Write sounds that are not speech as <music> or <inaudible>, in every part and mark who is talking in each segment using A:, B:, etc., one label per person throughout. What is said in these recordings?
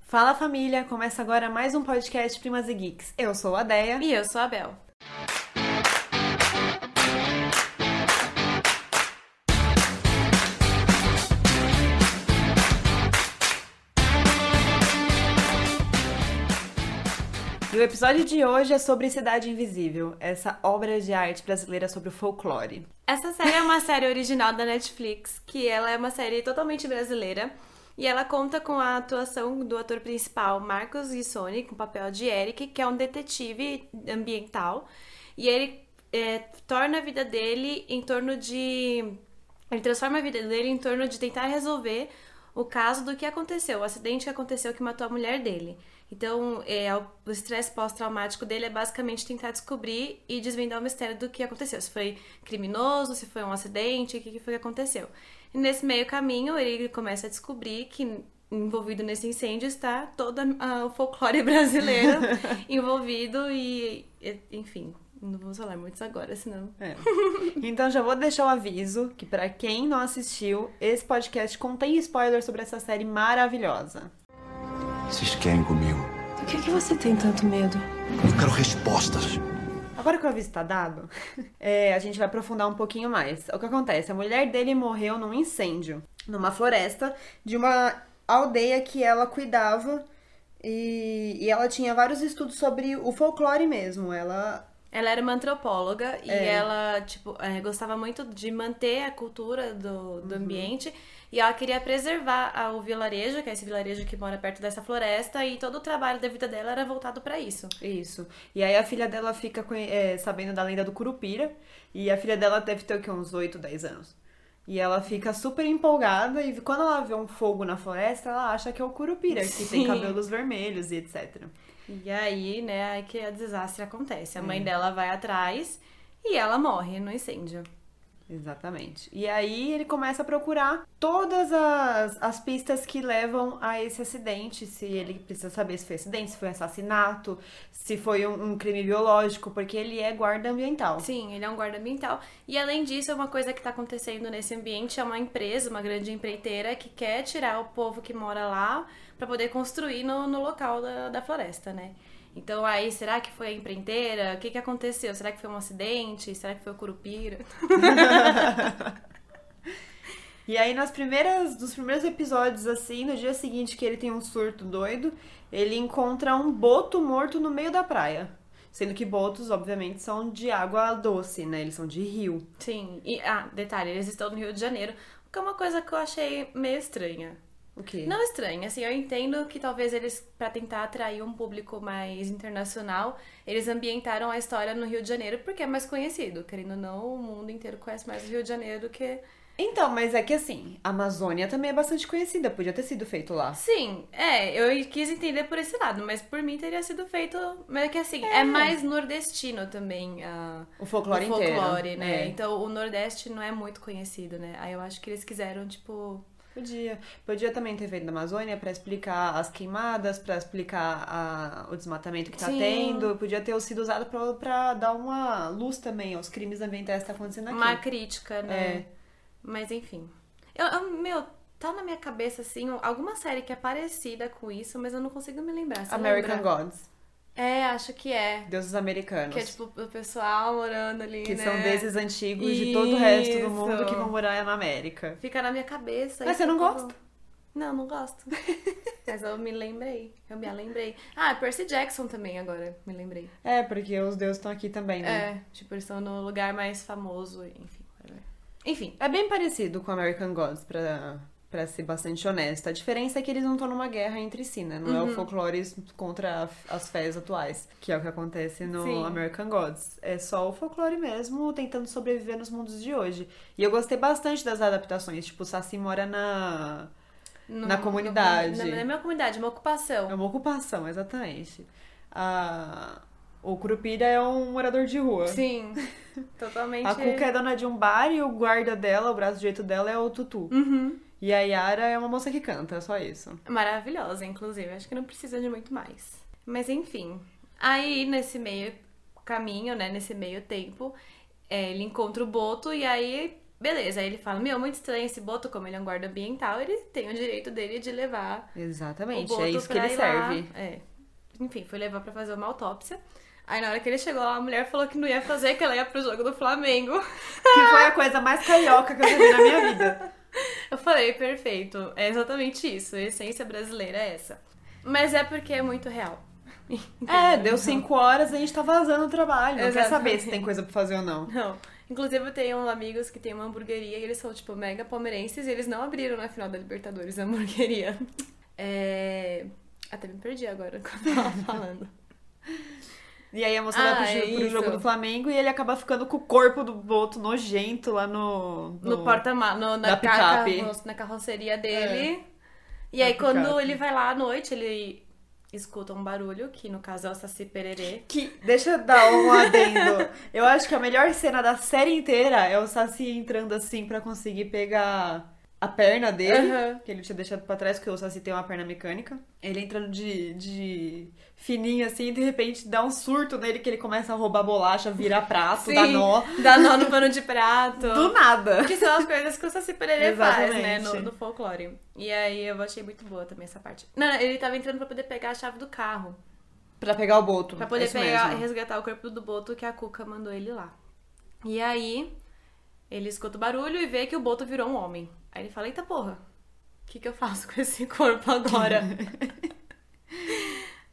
A: Fala família, começa agora mais um podcast Primas e Geeks. Eu sou a Deia.
B: E eu sou a Bel.
A: E o episódio de hoje é sobre Cidade Invisível, essa obra de arte brasileira sobre o folclore.
B: Essa série é uma série original da Netflix, que ela é uma série totalmente brasileira. E ela conta com a atuação do ator principal Marcos Guissoni, com o papel de Eric, que é um detetive ambiental. E ele é, torna a vida dele em torno de. Ele transforma a vida dele em torno de tentar resolver o caso do que aconteceu, o acidente que aconteceu que matou a mulher dele. Então, é, o estresse pós-traumático dele é basicamente tentar descobrir e desvendar o mistério do que aconteceu. Se foi criminoso, se foi um acidente, o que, que foi que aconteceu. E nesse meio caminho, ele começa a descobrir que envolvido nesse incêndio está todo o folclore <laughs> brasileiro envolvido e, e, enfim, não vou falar muitos agora, senão.
A: É. Então já vou deixar o aviso que para quem não assistiu, esse podcast contém spoilers sobre essa série maravilhosa.
C: Vocês querem comigo?
D: Do que, que você tem tanto medo?
C: Eu quero respostas.
A: Agora que o aviso tá dado, <laughs> é, a gente vai aprofundar um pouquinho mais. O que acontece? A mulher dele morreu num incêndio, numa floresta, de uma aldeia que ela cuidava. E, e ela tinha vários estudos sobre o folclore mesmo. Ela
B: ela era uma antropóloga e é. ela, tipo, gostava muito de manter a cultura do, do uhum. ambiente. E ela queria preservar o vilarejo, que é esse vilarejo que mora perto dessa floresta, e todo o trabalho da vida dela era voltado para isso.
A: Isso. E aí a filha dela fica é, sabendo da lenda do Curupira. E a filha dela deve ter o quê? Uns 8, 10 anos. E ela fica super empolgada e quando ela vê um fogo na floresta, ela acha que é o Curupira, Sim. que tem cabelos vermelhos e etc.
B: E aí, né, aí que o desastre acontece. A mãe é. dela vai atrás e ela morre no incêndio.
A: Exatamente. E aí ele começa a procurar todas as, as pistas que levam a esse acidente. Se ele precisa saber se foi acidente, se foi assassinato, se foi um, um crime biológico, porque ele é guarda ambiental.
B: Sim, ele é um guarda ambiental. E além disso, uma coisa que está acontecendo nesse ambiente é uma empresa, uma grande empreiteira, que quer tirar o povo que mora lá para poder construir no, no local da, da floresta, né? Então aí, será que foi a empreiteira? O que, que aconteceu? Será que foi um acidente? Será que foi o Curupira?
A: e aí, nas primeiras, nos primeiros episódios, assim, no dia seguinte que ele tem um surto doido, ele encontra um boto morto no meio da praia. Sendo que botos, obviamente, são de água doce, né? Eles são de rio.
B: Sim. E, ah, detalhe, eles estão no Rio de Janeiro. O que é uma coisa que eu achei meio estranha.
A: O quê?
B: Não estranho, assim, eu entendo que talvez eles, para tentar atrair um público mais internacional, eles ambientaram a história no Rio de Janeiro porque é mais conhecido. Querendo ou não, o mundo inteiro conhece mais o Rio de Janeiro do que.
A: Então, mas é que assim, a Amazônia também é bastante conhecida, podia ter sido feito lá.
B: Sim, é, eu quis entender por esse lado, mas por mim teria sido feito. Mas é que assim, é, é mais nordestino também. Uh,
A: o folclore
B: o folclore,
A: inteiro.
B: né? É. Então o Nordeste não é muito conhecido, né? Aí eu acho que eles quiseram, tipo.
A: Podia. Podia também ter feito na Amazônia para explicar as queimadas, para explicar a, o desmatamento que tá Sim. tendo. Podia ter sido usado para dar uma luz também aos crimes ambientais que tá acontecendo aqui.
B: Uma crítica, né? É. Mas enfim. Eu, eu, meu, tá na minha cabeça assim alguma série que é parecida com isso, mas eu não consigo me lembrar. Você
A: American
B: lembra?
A: Gods.
B: É, acho que é.
A: Deuses americanos.
B: Que é tipo o pessoal morando ali.
A: Que
B: né?
A: são deuses antigos Isso. de todo o resto do mundo que vão morar na América.
B: Fica na minha cabeça.
A: Mas você não ficou... gosta?
B: Não,
A: <laughs>
B: não gosto. Mas eu me lembrei. Eu me lembrei. Ah, Percy Jackson também agora, me lembrei.
A: É, porque os deuses estão aqui também, né?
B: É, tipo, eles estão no lugar mais famoso, enfim.
A: Enfim, é bem parecido com American Gods, pra, para ser bastante honesta. A diferença é que eles não estão numa guerra entre si, né? Não uhum. é o folclore contra as fés atuais, que é o que acontece no Sim. American Gods. É só o folclore mesmo tentando sobreviver nos mundos de hoje. E eu gostei bastante das adaptações, tipo, o Saci mora na. No, na comunidade.
B: No, na, na minha comunidade, uma ocupação.
A: É uma ocupação, exatamente. Ah. O Curupira é um morador de rua.
B: Sim, <laughs> totalmente.
A: A Cuca é dona de um bar e o guarda dela, o braço direito dela é o Tutu.
B: Uhum.
A: E a Yara é uma moça que canta, só isso.
B: Maravilhosa, inclusive. Acho que não precisa de muito mais. Mas enfim. Aí, nesse meio caminho, né? Nesse meio tempo, é, ele encontra o Boto e aí Beleza, aí ele fala, meu, muito estranho esse Boto, como ele é um guarda ambiental, ele tem o direito dele de levar
A: Exatamente,
B: o
A: é
B: Boto
A: isso que
B: pra
A: ele
B: ir lá.
A: serve.
B: É. Enfim, foi levar pra fazer uma autópsia. Aí na hora que ele chegou lá, a mulher falou que não ia fazer, que ela ia pro jogo do Flamengo.
A: <laughs> Que foi a coisa mais carioca que eu já vi na minha vida.
B: Eu falei, perfeito. É exatamente isso. A essência brasileira é essa. Mas é porque é muito real.
A: É, deu cinco horas e a gente tá vazando o trabalho. Não quer saber
B: Exatamente.
A: se tem coisa pra fazer ou não.
B: Não. Inclusive, eu tenho amigos que têm uma hamburgueria e eles são, tipo, mega palmeirenses e eles não abriram na final da Libertadores a hamburgueria. <laughs> É... Até me perdi agora <laughs> quando eu tava falando.
A: E aí a moça vai
B: Ah,
A: pro,
B: é
A: jo- pro jogo
B: isso.
A: do Flamengo e ele acaba ficando com o corpo do Boto nojento lá no.
B: No porta-malas, na,
A: da
B: ca-
A: picape. É.
B: carro- na carroceria dele. E aí,
A: Na
B: quando
A: picape.
B: ele vai lá à noite, ele escuta um barulho, que no caso é o Saci Pererê.
A: Que, deixa eu dar um adendo. Eu acho que a melhor cena da série inteira é o Saci entrando assim pra conseguir pegar a perna dele,
B: Aham.
A: que ele tinha deixado pra trás, porque o Saci tem uma perna mecânica. Ele entrando de, de fininho assim, e de repente dá um surto nele que ele começa a roubar bolacha, virar prato,
B: <laughs>
A: dá nó.
B: dá nó no pano de prato.
A: Do nada.
B: Que são as coisas que o Saci Pererê faz, né? No,
A: Exatamente.
B: no folclore. E aí eu achei muito boa também essa parte. Não, não, ele tava entrando pra poder pegar a chave do carro.
A: Pra pegar o boto.
B: Pra
A: é
B: poder
A: isso
B: pegar e
A: mesmo.
B: resgatar o corpo do Boto que a Cuca mandou ele lá. E aí, ele escuta o barulho e vê que o Boto virou um homem. Aí ele fala, eita porra, o que, que eu faço com esse corpo agora?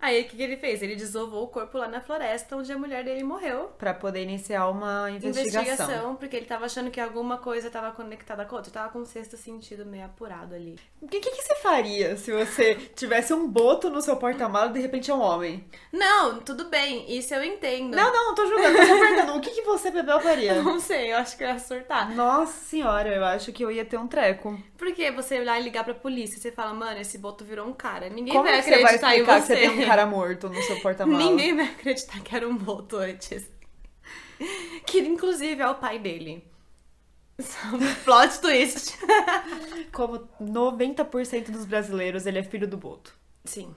B: aí o que, que ele fez? Ele desovou o corpo lá na floresta onde a mulher dele morreu
A: <laughs> Pra poder iniciar uma investigação.
B: investigação, porque ele tava achando que alguma coisa tava conectada com a outra. Tava com o sexto sentido meio apurado ali.
A: O que, que, que você faria se você tivesse um boto no seu porta-malas e de repente é um homem?
B: Não, tudo bem, isso eu entendo.
A: Não, <laughs> não, não tô julgando, tô só perguntando. o que, que você, Bebel, faria?
B: Não sei, eu acho que eu ia surtar.
A: Nossa senhora, eu acho que eu ia ter um treco.
B: Porque você ir lá e ligar pra polícia, você fala, mano, esse boto virou um cara. Ninguém
A: Como
B: vai
A: é que você vai
B: acreditar em
A: explicar
B: você.
A: que você tem um
B: <laughs>
A: cara morto no seu porta-malas?
B: Ninguém vai acreditar que era um boto antes. Que inclusive é o pai dele. <laughs> Só um Plot twist.
A: Como 90% dos brasileiros, ele é filho do boto.
B: Sim.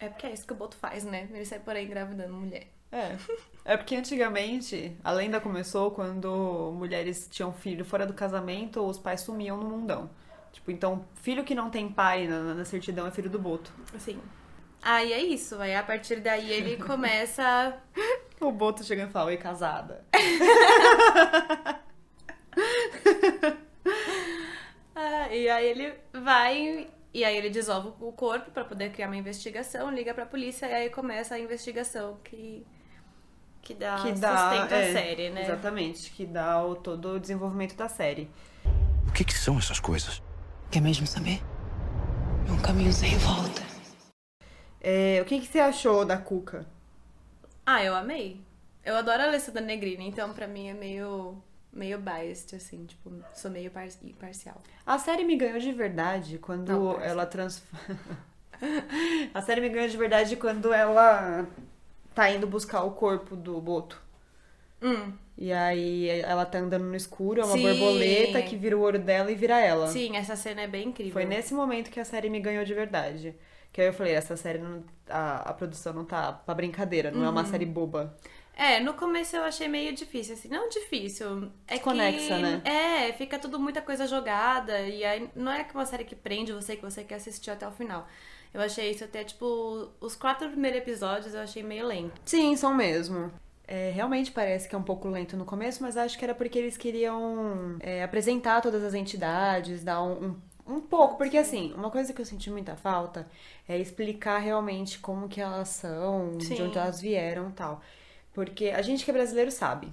B: É porque é isso que o boto faz, né? Ele sai por aí engravidando mulher.
A: É. É porque antigamente, a lenda começou quando mulheres tinham filho fora do casamento, os pais sumiam no mundão. Tipo, então, filho que não tem pai na, na certidão é filho do boto.
B: Sim. Aí é isso, aí a partir daí ele começa.
A: O boto chegando e fala, oi, casada.
B: Ah, e aí ele vai. E aí ele desova o corpo pra poder criar uma investigação, liga pra polícia e aí começa a investigação que. Que dá,
A: que dá...
B: sustento
A: é,
B: a série, né?
A: Exatamente, que dá o- todo o desenvolvimento da série.
C: O que, que são essas coisas?
D: Quer mesmo saber? É um caminho sem volta.
A: É, o que, que você achou da Cuca?
B: Ah, eu amei. Eu adoro a Alessandra Negrini, então pra mim é meio. meio biased, assim, tipo, sou meio par parcial.
A: A série me ganhou de verdade quando
B: Não, parça.
A: ela transforma. <laughs> a série me ganhou de verdade quando ela tá indo buscar o corpo do Boto.
B: Hum,
A: E aí ela tá andando no escuro, é uma
B: Sim.
A: borboleta que vira o olho dela e vira ela.
B: sim, essa cena é bem incrível.
A: Foi nesse momento que a série me ganhou de verdade. Que aí eu falei, essa série não- a, a produção não tá pra brincadeira, não é
B: Uhum.
A: uma série boba.
B: É, no começo eu achei meio difícil, assim, não difícil. É
A: Desconexa,
B: que,
A: né?
B: É, fica tudo muita coisa jogada, e aí não é uma série que prende você, que você quer assistir até o final. Eu achei isso até, tipo, os quatro primeiros episódios eu achei meio lento.
A: Sim, são mesmo. É, realmente parece que é um pouco lento no começo, mas acho que era porque eles queriam é, apresentar todas as entidades, dar um, um, um pouco. Porque, assim, uma coisa que eu senti muita falta é explicar realmente como que elas são, de
B: Sim.
A: onde elas vieram e tal. Porque a gente que é brasileiro sabe.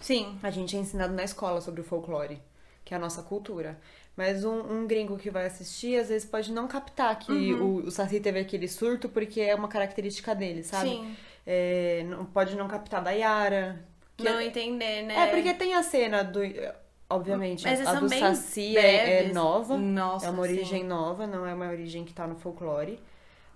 B: Sim.
A: A gente é ensinado na escola sobre o folclore, que é a nossa cultura. Mas um, um gringo que vai assistir, às vezes, pode não captar que
B: Uhum.
A: o, o Saci teve aquele surto, porque é uma característica dele, sabe?
B: Sim.
A: É, não, pode não captar da Yara. que-
B: Não entender, né?
A: é, porque tem a cena do. Obviamente,
B: Mas
A: a
B: são
A: do
B: bem
A: Saci é, é
B: breves.
A: nova.
B: Nossa,
A: é uma origem
B: sim.
A: nova, não é uma origem que tá no folclore.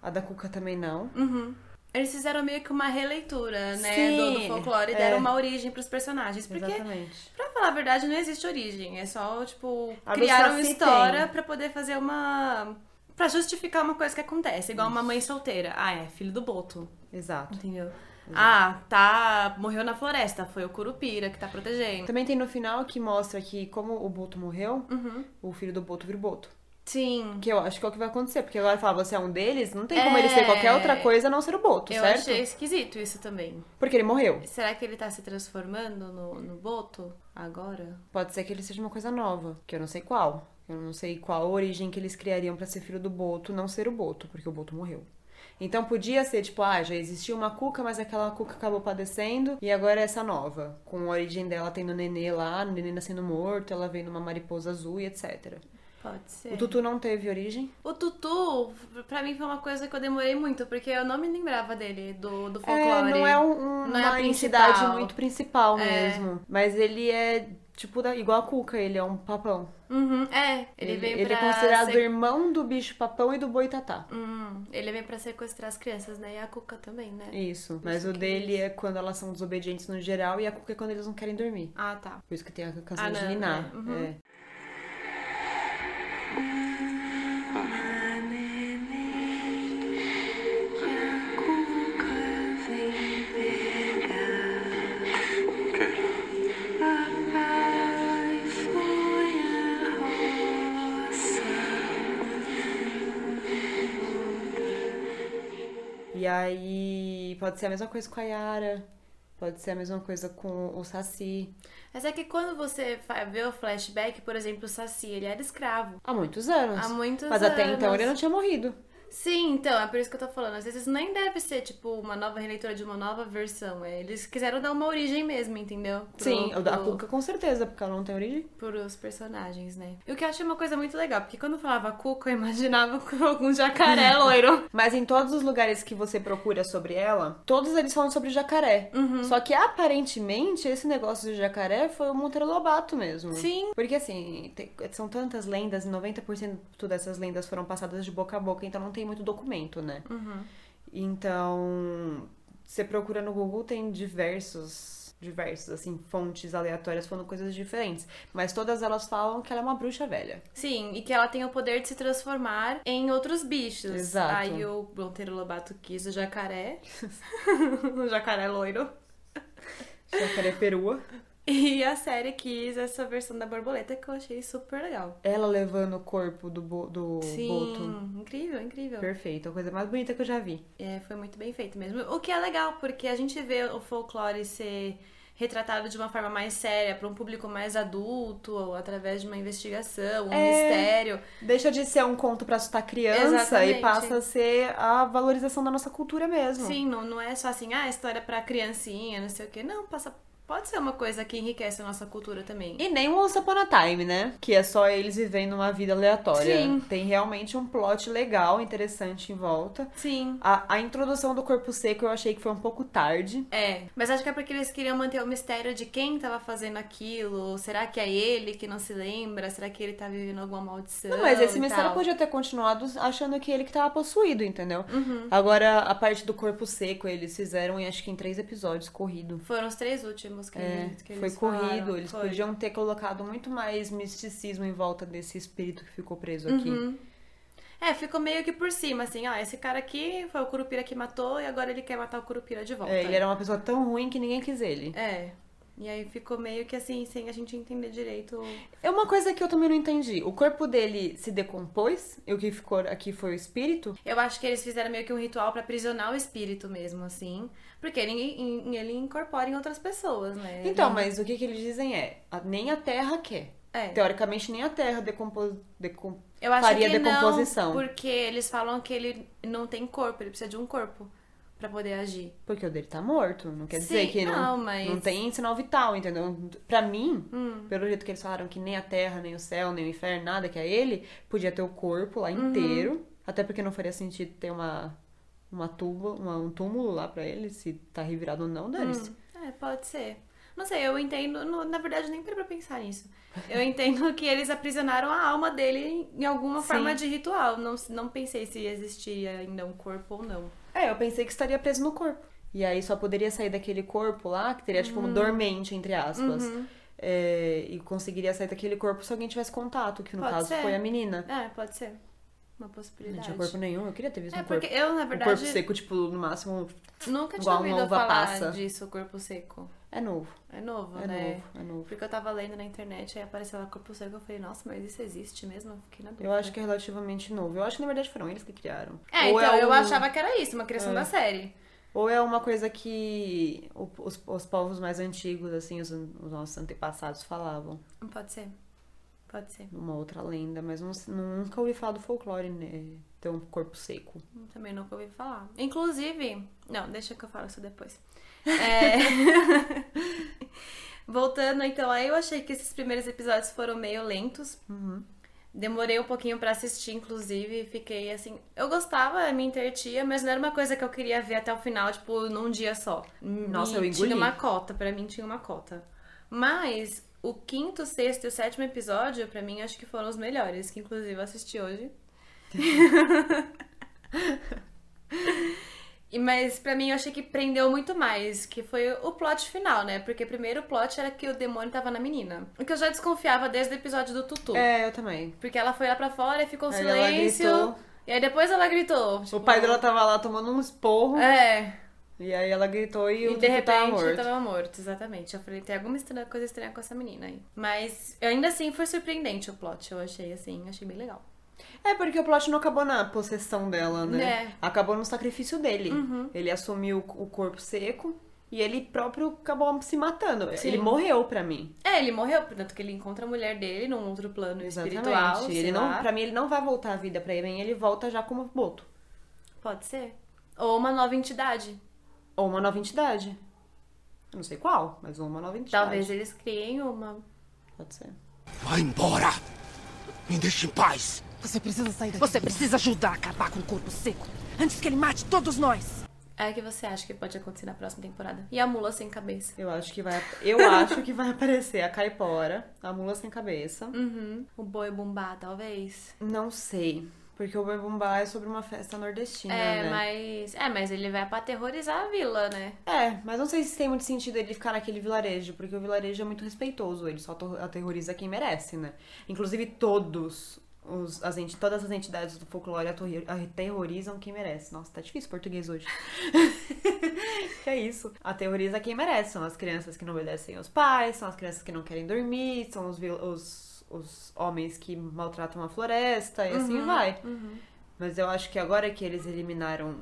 A: A da Cuca também não.
B: Hum, Eles fizeram meio que uma releitura, né,
A: Sim,
B: do, do folclore e
A: é.
B: deram uma origem pros personagens. Porque,
A: Exatamente.
B: pra falar a verdade, não existe origem. É só, tipo,
A: A do
B: criaram uma
A: Saci
B: história
A: tem.
B: pra poder fazer uma. Pra justificar uma coisa que acontece, igual uma mãe solteira. Ah, é filho do Boto,
A: Exato.
B: entendeu? Ah, tá. Morreu na floresta. Foi o Curupira que tá protegendo.
A: Também tem no final que mostra que como o Boto morreu,
B: Uhum.
A: o filho do Boto vira o Boto.
B: Sim.
A: Que eu acho que é o que vai acontecer, porque agora falar você é um deles, não tem como
B: É.
A: ele ser qualquer outra coisa a não ser o Boto,
B: Eu
A: Tá certo?
B: achei esquisito isso também.
A: Porque ele morreu.
B: Será que ele tá se transformando no, no Boto agora?
A: Pode ser que ele seja uma coisa nova, que eu não sei qual. Eu não sei qual a origem que eles criariam pra ser filho do Boto, não ser o Boto, porque o Boto morreu. Então podia ser tipo, ah, já existia uma cuca, mas aquela cuca acabou padecendo, e agora é essa nova, com a origem dela tendo nenê lá, o nenê nascendo morto, ela vendo uma mariposa azul e etc.
B: Pode ser.
A: O Tutu não teve origem?
B: O Tutu, pra mim, foi uma coisa que eu demorei muito, porque eu não me lembrava dele, do, do folclore.
A: É, não é um- um-
B: Não é a
A: uma
B: principal.
A: entidade muito principal
B: É.
A: mesmo. Mas ele é, tipo, da- igual a Cuca, ele é um papão.
B: Uhum, é, ele, veio
A: ele
B: pra...
A: é considerado
B: sec-
A: irmão do bicho papão e do boitatá.
B: Hum, ele veio pra sequestrar as crianças, né? E a Cuca também, né?
A: Isso. Mas
B: Isso
A: o
B: que
A: dele é quando elas são desobedientes no geral e a Cuca é quando eles não querem dormir.
B: Ah, tá.
A: Por isso que tem a canção
B: Ah,
A: de
B: não,
A: Niná.
B: é. Uhum.
A: é. E aí pode ser a mesma coisa com a Yara. Pode ser a mesma coisa com o Saci.
B: Mas é que quando você fa- vê o flashback, por exemplo, o Saci, ele era escravo.
A: Há muitos anos.
B: Há muitos
A: Mas até então
B: anos.
A: ele não tinha morrido.
B: Sim, então, é por isso que eu tô falando. Às vezes nem deve ser, tipo, uma nova releitura de uma nova versão. é, Eles quiseram dar uma origem mesmo, entendeu? Pro-
A: Sim, a
B: pro-
A: Cuca com certeza, porque ela não tem origem.
B: por os personagens, né? E o que eu achei uma coisa muito legal, porque quando eu falava cuca, eu imaginava <laughs> com algum jacaré loiro.
A: Mas em todos os lugares que você procura sobre ela, todos eles falam sobre jacaré.
B: Uhum.
A: Só que aparentemente esse negócio de jacaré foi o Monteiro Lobato mesmo.
B: Sim.
A: Porque assim, tem- são tantas lendas, 90% dessas lendas foram passadas de boca a boca, então não tem muito documento, né?
B: Uhum.
A: Então, você procura no Google, tem diversos, diversos, assim, fontes aleatórias falando coisas diferentes. Mas todas elas falam que ela é uma bruxa velha.
B: Sim, e que ela tem o poder de se transformar em outros bichos.
A: Exato.
B: Aí o Monteiro Lobato quis
A: <laughs>
B: o jacaré. <laughs> o jacaré loiro.
A: Jacaré é perua.
B: E a série quis essa versão da borboleta que eu achei super legal.
A: Ela levando o corpo do, bo do
B: Sim,
A: Boto.
B: incrível, incrível.
A: Perfeito, a coisa mais bonita que eu já vi.
B: É, foi muito bem feito mesmo. O que é legal, porque a gente vê o folclore ser retratado de uma forma mais séria, para um público mais adulto, ou através de uma investigação, um
A: É.
B: mistério.
A: Deixa de ser um conto pra assustar criança
B: Exatamente.
A: e passa a ser a valorização da nossa cultura mesmo.
B: Sim, não, não é só assim, ah, história para criancinha, não sei o quê. Não, passa, pode ser uma coisa que enriquece a nossa cultura também.
A: E nem o Once Upon a Time, né? Que é só eles vivendo uma vida aleatória.
B: Sim.
A: Tem realmente um plot legal, interessante em volta.
B: Sim.
A: A, a introdução do corpo seco eu achei que foi um pouco tarde.
B: É, mas acho que é porque eles queriam manter o mistério de quem tava fazendo aquilo. Será que é ele que não se lembra? Será que ele tá vivendo alguma maldição?
A: Não, mas esse
B: e
A: mistério
B: tal?
A: podia ter continuado achando que ele que tava possuído, entendeu?
B: Uhum.
A: Agora, a parte do corpo seco eles fizeram, e acho que em três episódios corrido.
B: Foram os três últimos que,
A: É,
B: eles- que eles
A: foi corrido,
B: falaram.
A: eles
B: Foi.
A: podiam ter colocado muito mais misticismo em volta desse espírito que ficou preso aqui.
B: É, ficou meio que por cima, assim, ó, esse cara aqui foi o Curupira que matou e agora ele quer matar o Curupira de volta.
A: É, ele era uma pessoa tão ruim que ninguém quis ele.
B: É. E aí ficou meio que assim, sem a gente entender direito.
A: É uma coisa que eu também não entendi. O corpo dele se decompôs, e o que ficou aqui foi o espírito.
B: Eu acho que eles fizeram meio que um ritual pra aprisionar o espírito mesmo, assim. Porque ele, em- ele incorpora em outras pessoas, né? Ele-
A: Então, mas o que, que eles dizem é, a- nem a terra quer.
B: É.
A: Teoricamente, nem a terra decompos... decom-
B: Eu acho
A: então, faria
B: que
A: decomposição.
B: não, porque eles falam que ele não tem corpo, ele precisa de um corpo pra poder agir.
A: Porque o dele tá morto. Não quer
B: Sim,
A: dizer que não,
B: não, mas- Hum.
A: não tem sinal vital, entendeu? Pra mim, pelo jeito que eles falaram que nem a terra, nem o céu, nem o inferno, nada que é ele, podia ter o corpo lá
B: Uhum.
A: inteiro. Até porque não faria sentido ter uma, uma tuba, uma- um túmulo lá pra ele, se tá revirado ou não, dane-se.
B: É, pode ser. Não sei, eu entendo. no- na verdade, nem parei pra pensar nisso.
A: <laughs>
B: Eu entendo que eles aprisionaram a alma dele em alguma
A: Sim.
B: forma de ritual. Não, não pensei se existia ainda um corpo ou não.
A: É, eu pensei que estaria preso no corpo. E aí só poderia sair daquele corpo lá, que teria tipo
B: Uhum.
A: um dormente, entre aspas. É, e conseguiria sair daquele corpo se alguém tivesse contato, que no
B: Pode
A: caso
B: ser.
A: foi a menina.
B: É, pode ser.
A: Não
B: Uma possibilidade.
A: tinha corpo nenhum, eu queria ter visto
B: É
A: um corpo.
B: porque eu, na
A: um
B: verdade,
A: corpo seco, tipo, no máximo.
B: nunca tinha
A: igual uma
B: ouvido
A: uva
B: falar
A: passa.
B: disso, corpo seco.
A: É novo.
B: É novo,
A: É
B: né?
A: novo, é novo.
B: Porque eu tava lendo na internet, aí apareceu lá corpo seco, eu falei, nossa, mas isso existe mesmo? Eu fiquei na dúvida.
A: Eu acho que é relativamente novo. Eu acho que na verdade foram eles que criaram.
B: É,
A: Ou
B: então eu
A: um-
B: achava que era isso, uma criação
A: É.
B: da série.
A: Ou é uma coisa que o- os, os povos mais antigos, assim, os, os nossos antepassados falavam.
B: Pode ser. Pode ser.
A: Uma outra lenda, mas não, nunca ouvi falar do folclore, né? Ter um corpo seco.
B: Também nunca ouvi falar. Inclusive, não, deixa que eu falo isso depois.
A: <laughs>
B: É. Voltando então, aí eu achei que esses primeiros episódios foram meio lentos.
A: Uhum.
B: Demorei um pouquinho pra assistir, inclusive, fiquei assim. Eu gostava, me intertia, mas não era uma coisa que eu queria ver até o final, tipo, num dia só.
A: Nossa,
B: E
A: eu engoli.
B: Tinha uma cota, pra mim tinha uma cota. Mas o quinto, sexto e o sétimo episódio, pra mim, acho que foram os melhores, que inclusive eu assisti hoje. E, mas pra mim eu achei que prendeu muito mais, que foi o plot final, né? Porque primeiro o plot era que o demônio tava na menina. O que eu já desconfiava desde o episódio do Tutu.
A: É, eu também.
B: Porque ela foi lá pra fora e ficou um
A: Aí ela
B: silêncio.
A: gritou.
B: E aí depois ela gritou.
A: O
B: tipo,
A: pai dela tava lá tomando um esporro,
B: É.
A: e aí ela gritou e, o
B: E, de
A: Tutu
B: repente
A: tava morto.
B: tava morto, exatamente. Eu falei, tem alguma estranha- coisa estranha com essa menina aí. Mas ainda assim foi surpreendente o plot. Eu achei assim, achei bem legal.
A: É, porque o plot não acabou na possessão dela, né?
B: Né.
A: Acabou no sacrifício dele.
B: Uhum.
A: Ele assumiu o corpo seco e ele próprio acabou se matando.
B: Sim.
A: Ele morreu pra mim.
B: É, ele morreu, portanto que ele encontra a mulher dele num outro plano espiritual. sei
A: ele não,
B: lá.
A: para mim ele não vai voltar à vida pra Evan, ele volta já como boto
B: Pode ser. Ou uma nova entidade.
A: ou uma nova entidade. Eu não sei qual, mas uma nova entidade.
B: Talvez eles criem uma.
A: Pode ser.
C: Vai embora! Me deixe em paz!
D: Você precisa sair daqui. Você precisa ajudar a acabar com o corpo seco. Antes que ele mate todos nós.
B: É o que você acha que pode acontecer na próxima temporada. E a mula sem cabeça.
A: Eu acho que vai, eu acho que vai aparecer a caipora, a mula sem cabeça.
B: Hum. O boi bumbá, talvez.
A: Não sei, porque o Boi Bumbá é sobre uma festa nordestina,
B: é,
A: né?
B: mas. É, mas ele vai pra aterrorizar a vila, né?
A: É, mas não sei se tem muito sentido ele ficar naquele vilarejo, porque o vilarejo é muito respeitoso, ele só ator- aterroriza quem merece, né? Inclusive todos os, as enti- todas as entidades do folclore atorri- aterrorizam quem merece. Nossa, tá difícil o português hoje. <laughs> Que é isso. Aterroriza quem merece. São as crianças que não obedecem aos pais, são as crianças que não querem dormir, são os, vil- os, os homens que maltratam a floresta, e assim vai. Mas eu acho que agora que eles eliminaram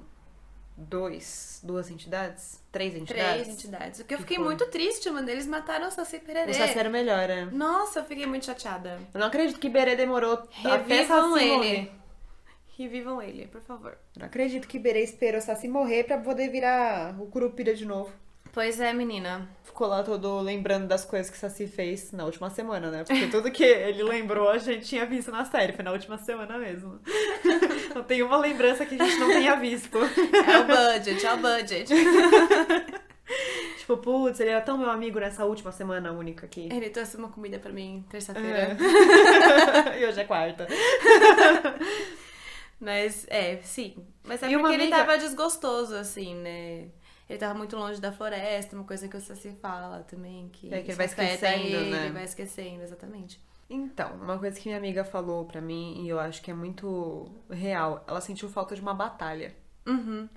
A: dois, duas entidades, três entidades.
B: Três entidades. O que eu
A: Que
B: fiquei
A: foi?
B: muito triste, mano. Eles mataram o Saci Pererê.
A: O Saci melhor, é.
B: Nossa, eu fiquei muito chateada.
A: Eu não acredito que Berê demorou até
B: Revivam
A: Saci
B: ele.
A: morrer.
B: Revivam ele, por favor.
A: Eu Não acredito que Berê esperou o Saci morrer pra poder virar o Curupira de novo.
B: Pois é, menina.
A: Ficou lá todo lembrando das coisas que Saci fez na última semana, né? Porque tudo que ele lembrou a gente tinha visto na série, foi na última semana mesmo. <laughs> Não tem uma lembrança que a gente não tenha visto. <laughs>
B: É o budget, é o budget. <laughs>
A: Tipo, putz, ele era tão meu amigo nessa última semana única aqui.
B: Ele trouxe uma comida pra mim terça-feira.
A: É. e hoje é quarta.
B: Mas, é, sim. Mas é
A: E uma
B: porque ele
A: amiga-
B: tava desgostoso, assim, né? Ele tava muito longe da floresta, uma coisa que o Saci fala também, que,
A: É, que ele
B: isso
A: vai
B: afeta
A: esquecendo,
B: ele,
A: né?
B: Ele vai esquecendo, exatamente.
A: Então, uma coisa que minha amiga falou pra mim, e eu acho que é muito real, ela sentiu falta de uma batalha.
B: Uhum.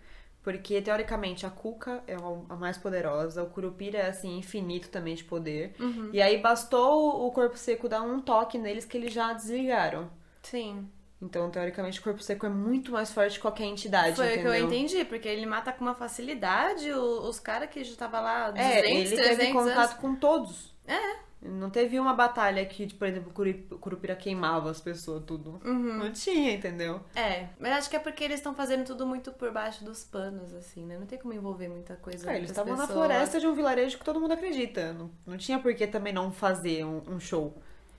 A: Porque, teoricamente, a Cuca é a a mais poderosa, o Curupira é, assim, infinito também de poder. E aí bastou o Corpo Seco dar um toque neles que eles já desligaram.
B: Sim.
A: Então, teoricamente, o Corpo Seco é muito mais forte que qualquer entidade,
B: Foi
A: entendeu?
B: o que eu entendi, porque ele mata com uma facilidade o- os caras que já tava lá há 200,
A: É, ele teve
B: 300
A: contato
B: anos.
A: com todos.
B: É.
A: Não teve uma batalha que, tipo, por exemplo, o Curi- o Curupira queimava as pessoas, tudo.
B: Uhum.
A: Não tinha, entendeu?
B: É, mas acho que é porque eles estão fazendo tudo muito por baixo dos panos, assim, né? Não tem como envolver muita coisa.
A: É, eles
B: das
A: estavam na
B: pessoas.
A: floresta de um vilarejo que todo mundo acredita. Não, não tinha por que também não fazer um, um show.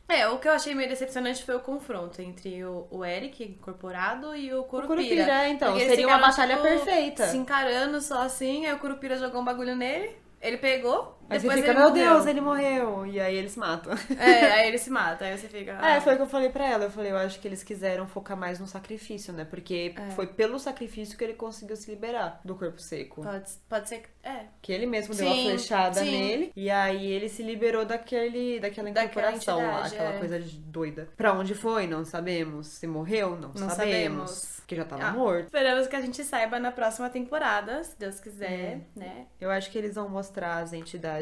B: É, o que eu achei meio decepcionante foi o confronto entre o, o Eric incorporado e o Curupira.
A: Curupira, então,
B: Porque eles
A: seria uma
B: ficaram, tipo,
A: batalha perfeita.
B: Se encarando só assim, aí o Curupira jogou um bagulho nele, ele pegou,
A: Aí você
B: Depois
A: fica,
B: ele
A: meu
B: morreu."
A: Deus, ele morreu. E aí eles matam.
B: <laughs> É, aí ele se mata, aí você fica. ah.
A: É, foi o que eu falei pra ela. Eu falei, eu acho que eles quiseram focar mais no sacrifício, né? Porque
B: É.
A: foi pelo sacrifício que ele conseguiu se liberar do corpo seco.
B: Pode, pode ser. que- É.
A: Que ele mesmo deu
B: Sim,
A: uma flechada
B: sim.
A: nele. E aí ele se liberou daquele, daquela
B: Daquela
A: incorporação lá,
B: entidade,
A: aquela
B: é.
A: coisa de doida. Pra onde foi, não sabemos. Se morreu, não,
B: Não
A: sabemos.
B: sabemos.
A: Porque já tava
B: Ah,
A: morto.
B: Esperamos que a gente saiba na próxima temporada, se Deus
A: É.
B: quiser, né?
A: Eu acho que eles vão mostrar as entidades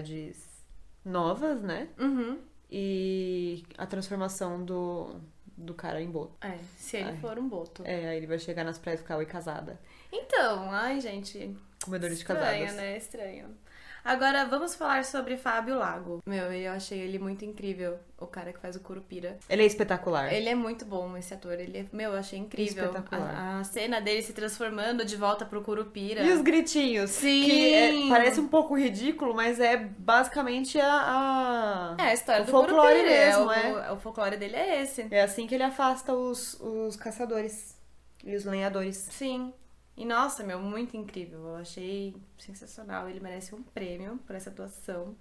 A: novas, né?
B: Uhum.
A: E a transformação do, do cara em boto.
B: É, se ele
A: Ai.
B: for um boto.
A: É, aí ele vai chegar nas praias ficar oi casada.
B: Então, ai, gente.
A: Comedores de
B: Estranho,
A: casadas.
B: né? Estranho. Agora vamos falar sobre Fábio Lago. Meu, eu achei ele muito incrível, o cara que faz o Curupira.
A: Ele é espetacular.
B: Ele é muito bom, esse ator. Ele é, meu, eu achei incrível.
A: Espetacular.
B: A, a cena dele se transformando de volta pro Curupira.
A: E os gritinhos.
B: é. Sim.
A: Que é- parece um pouco ridículo, mas é basicamente a. a-
B: É, a história
A: o
B: do
A: folclore
B: Curupira.
A: mesmo,
B: é, o,
A: é.
B: o folclore dele é esse.
A: É assim que ele afasta os, os caçadores e os lenhadores.
B: Sim. E nossa, meu, muito incrível. Eu achei sensacional. Ele merece um prêmio por essa atuação.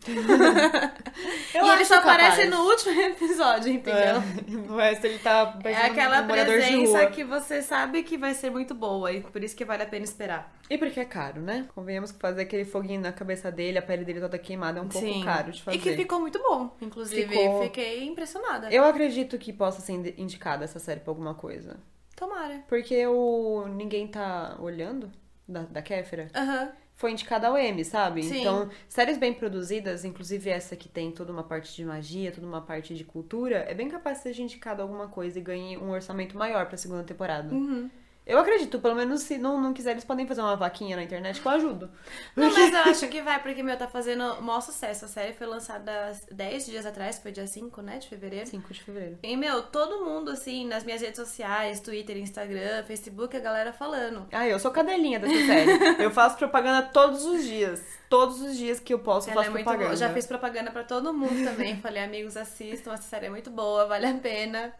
B: e ele
A: acho
B: só
A: capaz.
B: aparece no último <laughs> episódio, entendeu?
A: É. <laughs> No resto ele tá.
B: É,
A: parecendo
B: aquela
A: um morador de
B: presença
A: rua.
B: que você sabe que vai ser muito boa e por isso que vale a pena esperar.
A: E porque é caro, né? Convenhamos que fazer aquele foguinho na cabeça dele, a pele dele toda queimada, é um pouco caro de fazer.
B: E que ficou muito bom, inclusive.
A: Ficou.
B: Fiquei impressionada.
A: Eu acredito que possa ser indi- indicada essa série pra alguma coisa.
B: Tomara.
A: Porque o Ninguém Tá Olhando, da, da Kéfera,
B: Aham. <laughs>
A: foi indicada ao Emmy, sabe?
B: Sim.
A: Então, séries bem produzidas, inclusive essa que tem toda uma parte de magia, toda uma parte de cultura, é bem capaz de ser indicada a alguma coisa e ganhe um orçamento maior pra segunda temporada.
B: Uhum.
A: Eu acredito, pelo menos se não, não quiser, eles podem fazer uma vaquinha na internet que eu ajudo.
B: Não, mas eu acho que vai, porque, meu, tá fazendo o maior sucesso. A série foi lançada 10 dias atrás, foi dia 5, né, de fevereiro.
A: 5 de fevereiro.
B: E, meu, todo mundo, assim, nas minhas redes sociais, Twitter, Instagram, Facebook, a galera falando.
A: Ah, eu sou cadelinha dessa
B: <laughs>
A: série. eu faço propaganda todos os dias. Todos os dias que eu posso, eu
B: Ela
A: faço
B: é muito
A: propaganda.
B: boa. Já fiz propaganda pra todo mundo <laughs> também. Falei, amigos, assistam, essa série é muito boa, vale a pena.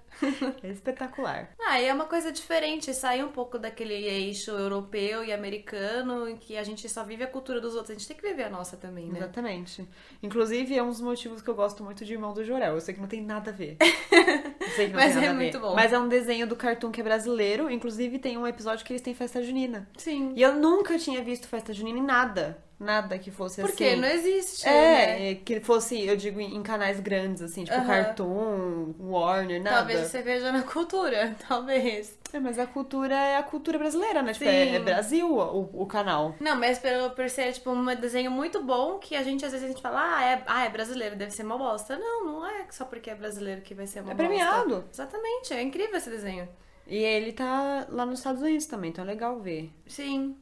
A: É espetacular.
B: Ah, e é uma coisa diferente, sair um pouco daquele eixo europeu e americano, em que a gente só vive a cultura dos outros, a gente tem que viver a nossa também, né?
A: Exatamente. Inclusive, é um dos motivos que eu gosto muito de Irmão do Jorel. Eu sei que não tem nada a
B: <laughs>
A: ver. Eu sei que não
B: Mas
A: tem nada
B: é
A: a ver.
B: muito bom.
A: Mas é um desenho do Cartoon que é brasileiro. Inclusive, tem um episódio que eles têm festa junina.
B: Sim.
A: E eu nunca tinha visto festa junina em nada. Nada que fosse assim.
B: Porque não existe, né?
A: É, que fosse, eu digo, em canais grandes, assim, tipo
B: Aham.
A: Cartoon, Warner, nada.
B: Talvez você veja na cultura, <laughs> talvez.
A: É, mas a cultura é a cultura brasileira, né? Tipo,
B: Sim.
A: é, é Brasil o, o canal.
B: Não, mas pelo, por ser, tipo, um desenho muito bom que a gente, às vezes, a gente fala, ah, é, ah, é brasileiro, deve ser uma bosta. Não, não é só porque é brasileiro que vai ser uma
A: É
B: bosta.
A: premiado.
B: Exatamente, é incrível esse desenho.
A: E ele tá lá nos Estados Unidos também, então é legal ver.
B: Sim,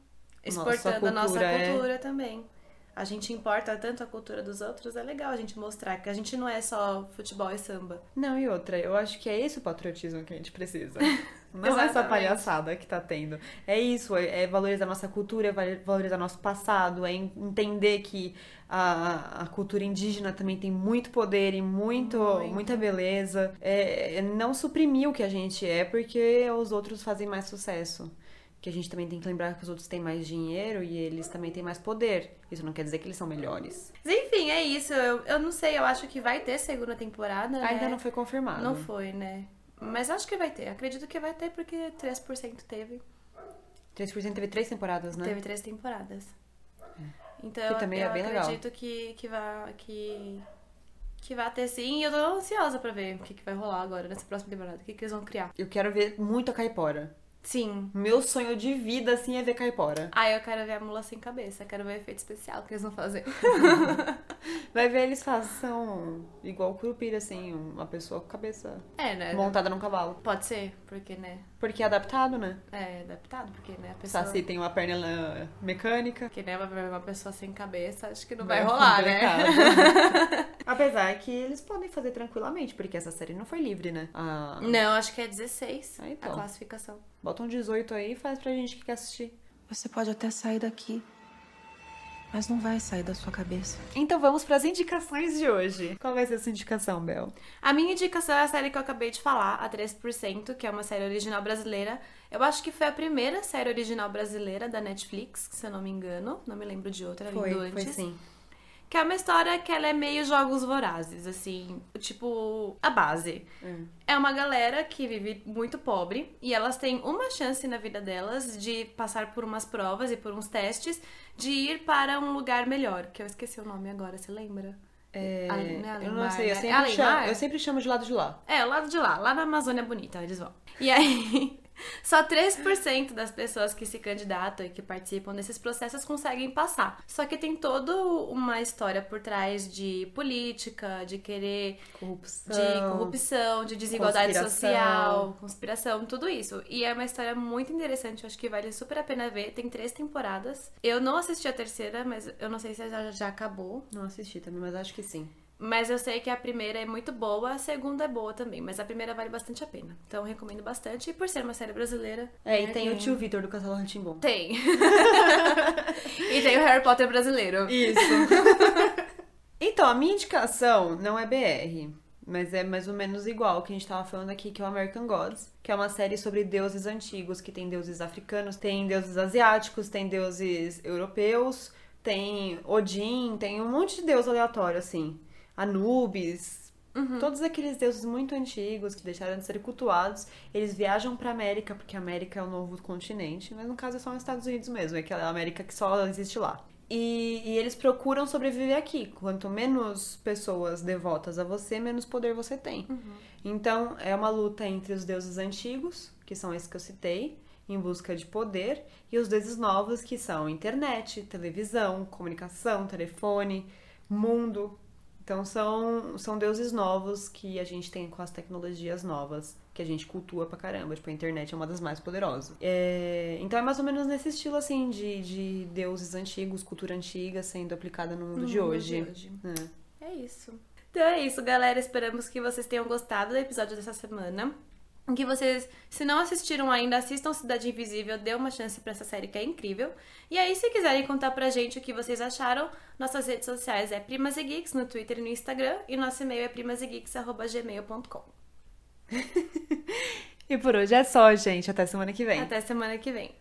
B: exportando a nossa
A: cultura é-
B: cultura também. A gente importa tanto a cultura dos outros, é legal a gente mostrar que a gente não é só futebol e samba.
A: Não, e outra, eu acho que é esse o patriotismo que a gente precisa.
B: <laughs>
A: Não essa
B: Exatamente.
A: palhaçada que tá tendo. É isso, é, é valorizar nossa cultura, é vali- valorizar nosso passado, é en- entender que a, a cultura indígena também tem muito poder e muito,
B: Muito.
A: muita beleza. É, é não suprimir o que a gente é porque os outros fazem mais sucesso. Que a gente também tem que lembrar que os outros têm mais dinheiro e eles também têm mais poder. Isso não quer dizer que eles são melhores.
B: Mas, enfim, é isso. Eu, eu não sei, eu acho que vai ter segunda temporada,
A: Ainda
B: né?
A: não foi confirmado.
B: Não foi, né? Mas acho que vai ter. Acredito que vai ter, porque 3% teve.
A: 3% teve três temporadas, né?
B: Teve três temporadas. Então
A: Que
B: eu-
A: também é
B: eu
A: bem legal.
B: acredito que, que vai que, que vai ter sim. E eu tô ansiosa pra ver o que, que vai rolar agora nessa próxima temporada. O que, que eles vão criar.
A: Eu quero ver muito a caipora.
B: Sim.
A: Meu sonho de vida, assim, é ver caipora.
B: Ah, eu quero ver a mula sem cabeça. Quero ver o efeito especial que eles vão fazer.
A: Vai ver eles façam igual o Curupira, assim, uma pessoa com cabeça
B: é, né?
A: montada num cavalo.
B: Pode ser, porque, né?
A: Porque é adaptado, né?
B: É adaptado, porque, né? A pessoa.
A: Saci tem uma perna lá, mecânica.
B: Porque, né? Vai ver uma pessoa sem cabeça, acho que não vai, rolar, né?
A: né? <laughs> Apesar que eles podem fazer tranquilamente, porque essa série não foi livre, né? Ah,
B: Não, acho que é 16
A: Ah, então.
B: a classificação.
A: bota um 18 aí e faz pra gente que quer assistir.
E: Você pode até sair daqui, mas não vai sair da sua cabeça.
A: Então vamos pras indicações de hoje. Qual vai ser a sua indicação, Bel?
B: A minha indicação é a série que eu acabei de falar, a 3%, que é uma série original brasileira. Eu acho que foi a primeira série original brasileira da Netflix, se eu não me engano. Não me lembro de outra vindo antes.
A: sim.
B: Que é uma história que ela é meio jogos vorazes, assim, tipo a base. É uma galera que vive muito pobre e elas têm uma chance na vida delas de passar por umas provas e por uns testes de ir para um lugar melhor, que eu esqueci o nome agora, você lembra?
A: É,
B: Ale- não é
A: eu não
B: Alemar,
A: sei, eu
B: né? É
A: sempre, chamo,
B: Alemar?
A: eu sempre chamo de lado de lá.
B: É, o lado de lá, lá na Amazônia é Bonita, eles vão. E aí, <laughs> só 3% das pessoas que se candidatam e que participam desses processos conseguem passar. Só que tem toda uma história por trás de política, de querer.
A: Corrupção.
B: De corrupção, de desigualdade
A: conspiração.
B: social, conspiração, tudo isso. E é uma história muito interessante, eu acho que vale super a pena ver. Tem três temporadas. Eu não assisti a terceira, mas eu não sei se já, já acabou.
A: Não assisti também, mas acho que sim.
B: Mas eu sei que a primeira é muito boa, a segunda é boa também, mas a primeira vale bastante a pena. Então eu recomendo bastante. E por ser uma série brasileira.
A: É, e
B: né,
A: tem o tio Vitor do Castelo Ratimbom.
B: <laughs> Tem. e tem o Harry Potter brasileiro.
A: Isso. <laughs> então, a minha indicação não é BR, mas é mais ou menos igual que a gente tava falando aqui, que é o American Gods, que é uma série sobre deuses antigos, que tem deuses africanos, tem deuses asiáticos, tem deuses europeus, tem Odin, tem um monte de deus aleatório, assim. Anubis. Todos aqueles deuses muito antigos que deixaram de ser cultuados, eles viajam pra América, porque a América é o novo continente, mas no caso é só os Estados Unidos mesmo, é aquela América que só existe lá. E, e eles procuram sobreviver aqui. Quanto menos pessoas devotas a você, menos poder você tem. Então, é uma luta entre os deuses antigos, que são esses que eu citei, em busca de poder, e os deuses novos, que são internet, televisão, comunicação, telefone, mundo. Então, são, são deuses novos que a gente tem com as tecnologias novas, que a gente cultua pra caramba. Tipo, a internet é uma das mais poderosas. É, então, é mais ou menos nesse estilo, assim, de, de deuses antigos, cultura antiga sendo aplicada no mundo, de,
B: mundo
A: hoje.
B: de hoje.
A: É.
B: É isso. Então é isso, galera. Esperamos que vocês tenham gostado do episódio dessa semana. Que vocês, se não assistiram ainda, assistam Cidade Invisível, dê uma chance pra essa série que é incrível. E aí, se quiserem contar pra gente o que vocês acharam, nossas redes sociais é Primas e Geeks no Twitter e no Instagram, e nosso e-mail é primasegeeks.gmail.com.
A: E por hoje é só, gente. Até semana que vem.
B: Até semana que vem.